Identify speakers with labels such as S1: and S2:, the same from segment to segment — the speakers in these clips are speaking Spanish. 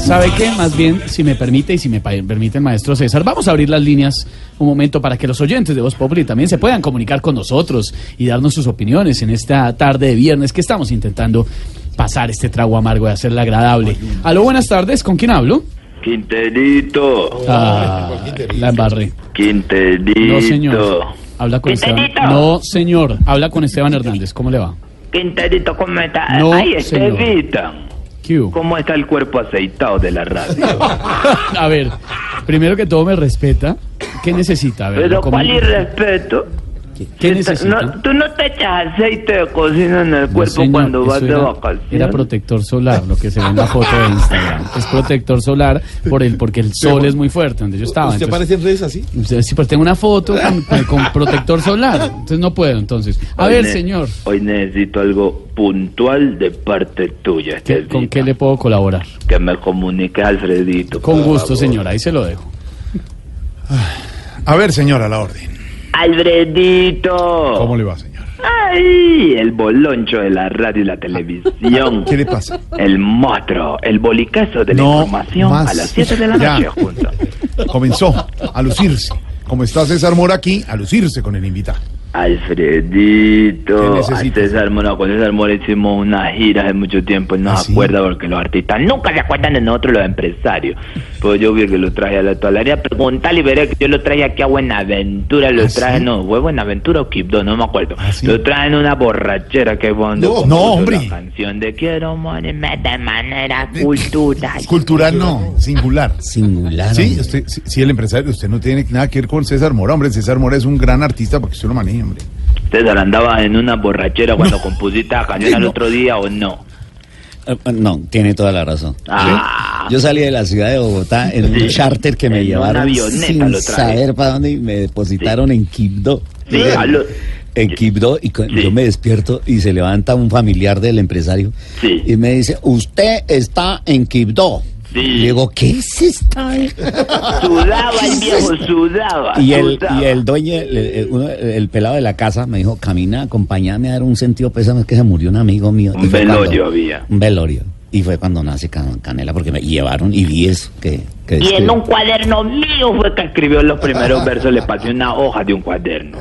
S1: ¿Sabe qué? Más bien, si me permite y si me pa- permite el maestro César, vamos a abrir las líneas un momento para que los oyentes de Voz Populi también se puedan comunicar con nosotros y darnos sus opiniones en esta tarde de viernes que estamos intentando pasar este trago amargo y hacerla agradable. Aló, buenas tardes, ¿con quién hablo?
S2: Quinterito,
S1: Ah, la embarré.
S2: Quinterito.
S1: No, señor. Habla con Esteban.
S3: Quinterito.
S1: No, señor. Habla con Esteban Hernández. ¿Cómo le va?
S2: Quinterito, ¿cómo está?
S1: No,
S2: Ay,
S1: señor.
S2: Estevita.
S1: Q.
S2: ¿Cómo está el cuerpo aceitado de la radio?
S1: A ver, primero que todo me respeta. ¿Qué necesita? A ver,
S2: Pero
S1: ¿cómo-
S2: cuál irrespeto.
S1: ¿Qué
S2: Si te-
S1: necesita?
S2: no, tú no te echas aceite de cocina en el
S1: No,
S2: cuerpo
S1: señor,
S2: cuando
S1: eso
S2: vas de
S1: era,
S2: vacaciones.
S1: Era protector solar, lo que se ve en la foto de Instagram. Es protector solar por el, porque el sol es muy fuerte donde yo estaba.
S4: ¿Usted
S1: entonces-
S4: aparece en redes así?
S1: Usted- sí, pero tengo una foto con, con protector solar. Entonces no puedo, entonces. A
S2: Hoy
S1: ver,
S2: ne-
S1: señor,
S2: Hoy necesito algo puntual de parte tuya,
S1: ¿qué-
S2: Estevita.
S1: ¿con qué le puedo colaborar?
S2: Que me comunique Alfredito.
S1: Con
S2: por
S1: gusto,
S2: favor.
S1: señor, ahí se lo dejo.
S4: A ver, señora, la orden.
S2: Alfredito.
S4: ¿Cómo le va, señor?
S2: ¡Ay! El boloncho de la radio y la televisión.
S4: ¿Qué le pasa?
S2: El monstruo, el bolicazo de la
S4: No
S2: información
S4: más.
S2: a las 7 de la
S4: Ya.
S2: noche juntos.
S4: Comenzó a lucirse. Como está César Mora aquí, a lucirse con el invitado.
S2: Alfredito,
S4: ¿Qué
S2: a
S4: necesitas?
S2: César Mora, con César Mora hicimos una gira hace mucho tiempo y no
S4: ¿Ah,
S2: se
S4: sí?
S2: acuerda porque los artistas nunca se acuerdan de nosotros los empresarios. Pero yo vi que lo traje a la tolaria, preguntale y veré que yo lo traje aquí a Buenaventura, lo
S4: ¿Ah,
S2: traje,
S4: sí? ¿Ah,
S2: no, fue Buenaventura o Quibdó, no me acuerdo.
S4: sí?
S2: Lo traje en una borrachera que Bondo
S4: No,
S2: compuso
S4: no, hombre.
S2: la canción de Quiero morirme de manera cultural.
S4: Cultural no, singular.
S1: Singular.
S4: Sí, usted, sí, sí, el empresario, usted no tiene nada que ver con César Mora, hombre. César Mora es un gran artista porque usted lo maneja, hombre.
S2: César, andaba en una borrachera cuando compusiste la canción al otro día o no?
S5: Eh, No, tiene toda la razón.
S2: Ah.
S5: Yo salí de la ciudad de Bogotá en
S2: Sí.
S5: un charter que me
S2: En una
S5: llevaron
S2: avioneta lo
S5: sin
S2: traje.
S5: saber para dónde y me depositaron en Quibdó.
S2: Sí, aló.
S5: En Quibdó y cu-
S2: Sí.
S5: yo me despierto y se levanta un familiar del empresario
S2: Sí.
S5: y me dice, usted está en Quibdó.
S2: Sí.
S5: Y yo digo, ¿qué es esta?
S2: Sudaba el viejo, sudaba.
S5: Y el,
S2: sudaba.
S5: y el dueño, el, el- uno- el pelado de la casa, me dijo, camina, acompáñame a dar un sentido pésame que se murió un amigo mío.
S2: Un
S5: Y fue
S2: velorio había.
S5: Un velorio. Y fue cuando nace Can- Canela, porque me llevaron y vi eso que... que
S2: Y en
S5: describe.
S2: un cuaderno mío fue que escribió los primeros versos, le pasé una hoja de un cuaderno.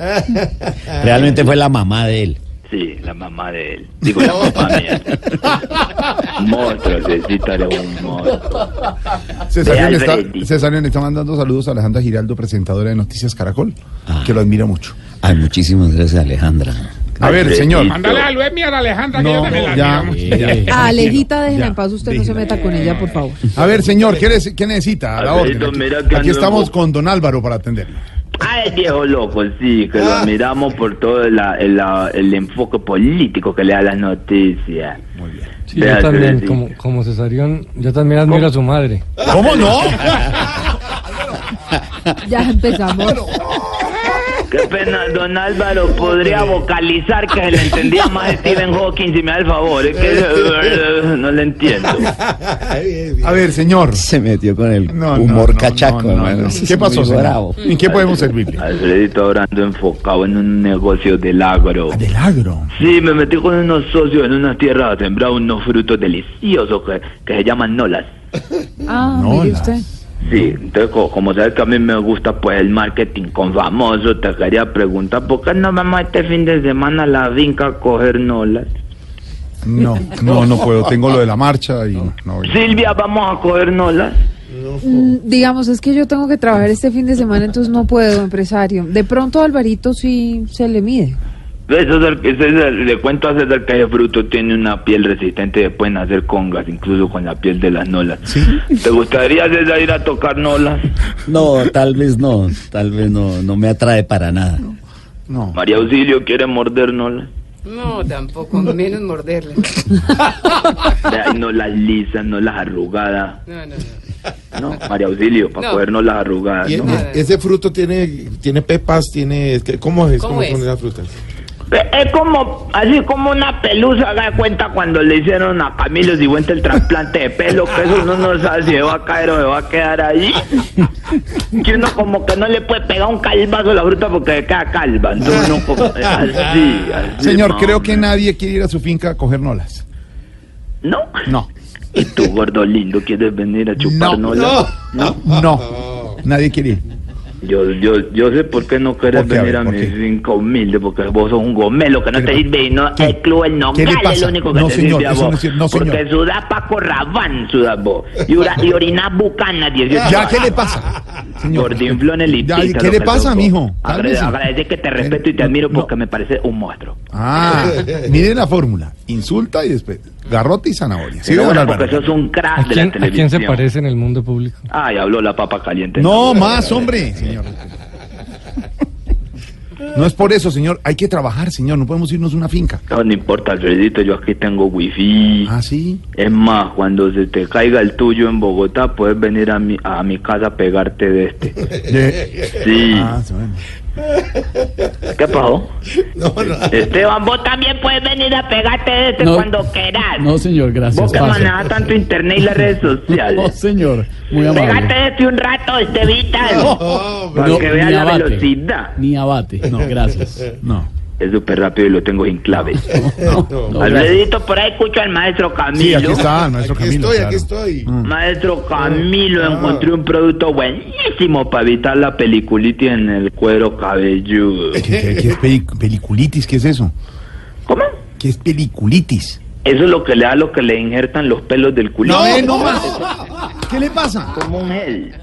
S5: Realmente fue la mamá de él.
S2: Sí, la mamá de él. Digo, la mamá mía. Monstruo, Cecita era un monstruo.
S4: Cesarion está,
S2: Alfredito.
S4: Cesarion está mandando saludos a Alejandra Giraldo, presentadora de Noticias Caracol,
S5: Ah.
S4: que lo admira mucho.
S5: Ay, muchísimas gracias, Alejandra.
S4: A ver, señor.
S2: Alfredito.
S6: Dale algo, es mía, Alejandra, que yo
S4: No,
S6: también la
S4: ya,
S6: admiro.
S1: Eh,
S4: ya.
S2: Ah,
S7: A Alejita, déjela
S4: Ya,
S7: en paz, usted no se
S4: déjela.
S7: meta con ella, por favor.
S4: A ver, señor, ¿qué, nece- qué necesita? A la orden.
S2: Alfredito, mira que
S4: Aquí, aquí
S2: ando
S4: estamos
S2: en-
S4: con don Álvaro para atenderlo.
S2: Ah, el viejo loco, sí, que lo admiramos por todo la- el, la- el enfoque político que le da a las noticias.
S4: Muy bien.
S8: Sí,
S2: Vea,
S8: yo también,
S2: Teresita.
S8: como, como Cesarión, yo también admiro a su madre.
S4: ¿Cómo no?
S7: Ya empezamos.
S2: Qué pena, don Álvaro, podría vocalizar que se le entendía más a Stephen Hawking si me da el favor. Es que eh, no le entiendo.
S4: A ver, señor.
S5: Se metió con el
S4: No, no,
S5: humor
S4: no,
S5: cachaco,
S4: no, no,
S5: hermano.
S4: no.
S5: Eso es
S4: ¿Qué pasó,
S5: muy
S4: señor?
S5: bravo.
S4: ¿En qué podemos servirle?
S2: Alfredito ahora ando enfocado en un negocio del agro.
S4: Del agro.
S2: Sí, me metí con unos socios en unas tierras a sembrar unos frutos deliciosos que, que se llaman nolas.
S7: Ah,
S4: No,
S7: mire
S4: las-
S7: usted.
S2: Sí, entonces co- como sabes que a mí me gusta pues el marketing con famosos, te quería preguntar, ¿por qué no vamos este fin de semana a la vinca a coger nolas?
S4: No, no, no puedo. Tengo lo de la marcha y no. no voy.
S2: Silvia, vamos a coger nolas.
S7: Mm, digamos, es que yo tengo que trabajar este fin de semana, entonces no puedo, empresario. De pronto Alvarito sí se le mide.
S2: Eso es el, ese es el- le cuento a César que ese fruto tiene una piel resistente, se pueden hacer congas, incluso con la piel de las nolas. ¿Te gustaría, César, ir a tocar nolas?
S5: No, tal vez no, tal vez no, no me atrae para nada.
S4: No.
S2: María Auxilio quiere morder nolas.
S7: No, tampoco, menos morderle.
S2: Ay, no las lisas, no las arrugadas.
S7: No, no, no.
S2: No, María Auxilio, para
S7: No.
S2: cogernos las arrugadas.
S4: Y-
S2: ¿no?
S4: y- ese fruto tiene, tiene pepas, tiene. es que- ¿Cómo es?
S7: ¿Cómo
S4: ¿Cómo, son
S7: es?
S4: esas frutas?
S2: Eh, Es como, así como una pelusa, haga de cuenta cuando le hicieron a Camilo Sigüente el trasplante de pelo, que eso uno no sabe si se va a caer o se va a quedar ahí. Que uno como que no le puede pegar un calvazo a la fruta porque se queda calva. Entonces uno como, eh,
S4: Ah.
S2: así, así,
S5: Señor,
S2: más o
S5: creo que
S2: menos.
S5: nadie quiere ir a su finca a coger nolas.
S2: ¿No?
S5: No.
S2: ¿Y tú, gordo lindo, quieres venir a chupar
S5: No.
S2: nola?
S5: No. Nadie quiere ir.
S2: Yo, yo, yo sé por qué no querés
S5: ¿Por qué? A
S2: venir
S5: ver,
S2: a
S5: ¿por
S2: mi
S5: qué?
S2: finca humilde, porque vos sos un gomelo que no
S5: ¿Qué
S2: te
S5: le-
S2: sirve y no,
S5: qué-
S2: el club el
S5: qué le
S2: nogal es
S5: pasa?
S2: lo único que
S5: No,
S2: te
S5: señor,
S2: sirve a
S5: eso no
S2: vos.
S5: es cier- no, señor.
S2: porque sudás Paco Rabán, sudás vos. Y, ora- y orinás bucanas, 18
S5: ¿Ya qué le pasa?
S2: ah,
S5: Señor,
S2: Gordinflón el
S5: Ya, ¿y
S2: hipita,
S5: ¿Qué le
S2: loco,
S5: pasa,
S2: loco?
S5: mijo?
S2: Agrade-
S5: Cálmese.
S2: Agradecer que te respeto y te
S5: No,
S2: admiro
S5: no.
S2: porque me parece un monstruo.
S5: Ah, miren la fórmula. Insulta y después garrote y zanahoria. ¿Sí,
S2: Pero
S5: don
S2: bueno,
S5: Álvaro?
S2: porque sos un
S8: ¿A
S2: crack de
S8: quién,
S2: la
S8: ¿A quién se
S2: televisión.
S8: parece en el mundo público?
S2: Ay, habló la papa caliente.
S5: No, más, hombre, señor. No es por eso, señor. Hay que trabajar, señor. No podemos irnos a una finca.
S2: No, no importa, Alfredito, yo aquí tengo wifi.
S5: Ah, sí.
S2: Es más, cuando se te caiga el tuyo en Bogotá, puedes venir a mi, a mi casa a pegarte de este.
S5: De-
S2: Sí.
S5: Ah, bueno.
S2: ¿Qué pasó?
S4: No, no.
S2: Eh, Esteban, vos también puedes venir a pegarte de este
S1: No.
S2: cuando quieras.
S1: No, señor, gracias.
S2: vos que
S1: paso.
S2: manejas tanto internet y las redes
S1: No,
S2: sociales.
S1: señor, muy
S2: pegate
S1: amable.
S2: de este un rato, Estevita. para
S1: No,
S2: que veas
S1: ni
S2: la
S1: abate.
S2: velocidad.
S1: Ni abate, no, gracias.
S5: No.
S2: Es súper rápido y lo tengo sin clave.
S1: No, gracias.
S2: Alfredito, por ahí escucho al maestro Camilo.
S5: Sí, aquí está el maestro
S4: Aquí
S5: Camilo.
S4: estoy,
S5: claro.
S4: aquí estoy.
S2: Maestro Camilo,
S1: Ah.
S2: encontré un producto buenísimo para evitar la peliculitis en el cuero cabelludo.
S5: ¿Qué, qué- qué es peli- peliculitis? ¿Qué es eso?
S2: ¿Cómo?
S5: ¿Qué es peliculitis?
S2: Eso es lo que le da lo que le injertan los pelos del culito.
S5: eh, no más. ¿Qué le pasa?
S2: Como un gel.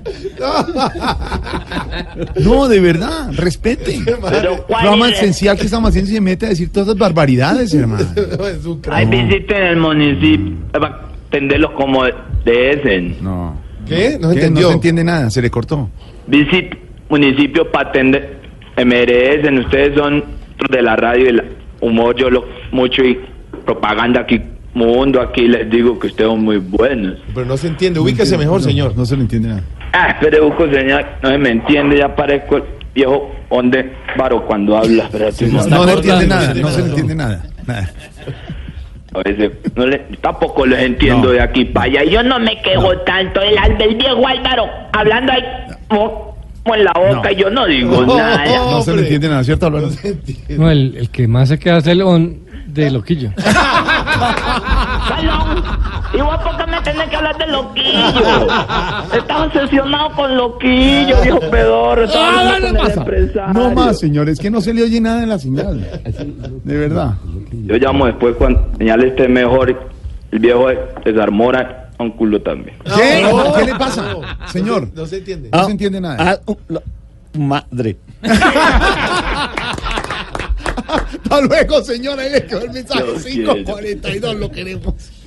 S5: No, de verdad, respete.
S2: Pero
S5: Lo
S2: cuál es?
S5: esencial que estamos haciendo se mete a decir todas las barbaridades, hermano.
S4: Es un crack.
S2: Hay visiten el municipio para atenderlos como de ese.
S5: No.
S4: ¿Qué? No se
S5: ¿Qué? No
S4: entendió.
S5: se entiende nada, se le cortó.
S2: Visit municipio para atender merecen. Ustedes son de la radio y el humor. Yo lo mucho y propaganda aquí. Mundo aquí les digo que ustedes son muy buenos.
S4: Pero no se entiende. Ubíquese mejor,
S5: No,
S4: señor.
S5: No se le entiende nada.
S2: Ah, espere, busco señal, no se me entiende, ya parezco el viejo onde varo cuando habla. Espérate un
S1: No
S5: No
S1: está
S5: le
S1: cortando,
S5: entiende nada,
S1: sí,
S5: no se le
S1: no.
S5: entiende nada. nada.
S2: A veces no le, tampoco les entiendo
S5: No.
S2: de aquí para allá. Yo no me quejo tanto. El, al- el viejo Álvaro hablando ahí como, como en la boca,
S5: No.
S2: yo no digo
S4: No.
S2: nada.
S5: No se le
S4: Hombre.
S5: entiende nada, ¿cierto, Álvaro?
S4: No se entiende.
S8: No, el, el que más se queda es el on de loquillo.
S2: Salón, ¿y vos por qué me tenés que hablar de loquillo? Estás obsesionado con loquillo, viejo pedorro. Estás hablando con el empresario.
S5: Ah, No más, señor, es que no se le oye nada en la señal. De verdad.
S2: Yo llamo después cuando señal esté mejor. El viejo desarmora un culo también.
S5: ¿Qué?
S4: No.
S5: ¿Qué le pasa?
S4: No se-
S5: Señor,
S4: No se entiende.
S5: no se entiende nada.
S9: Ah, uh, la- madre.
S5: Hasta luego, señor. Ahí le quedó el mensaje
S2: Dios
S5: 542, lo queremos.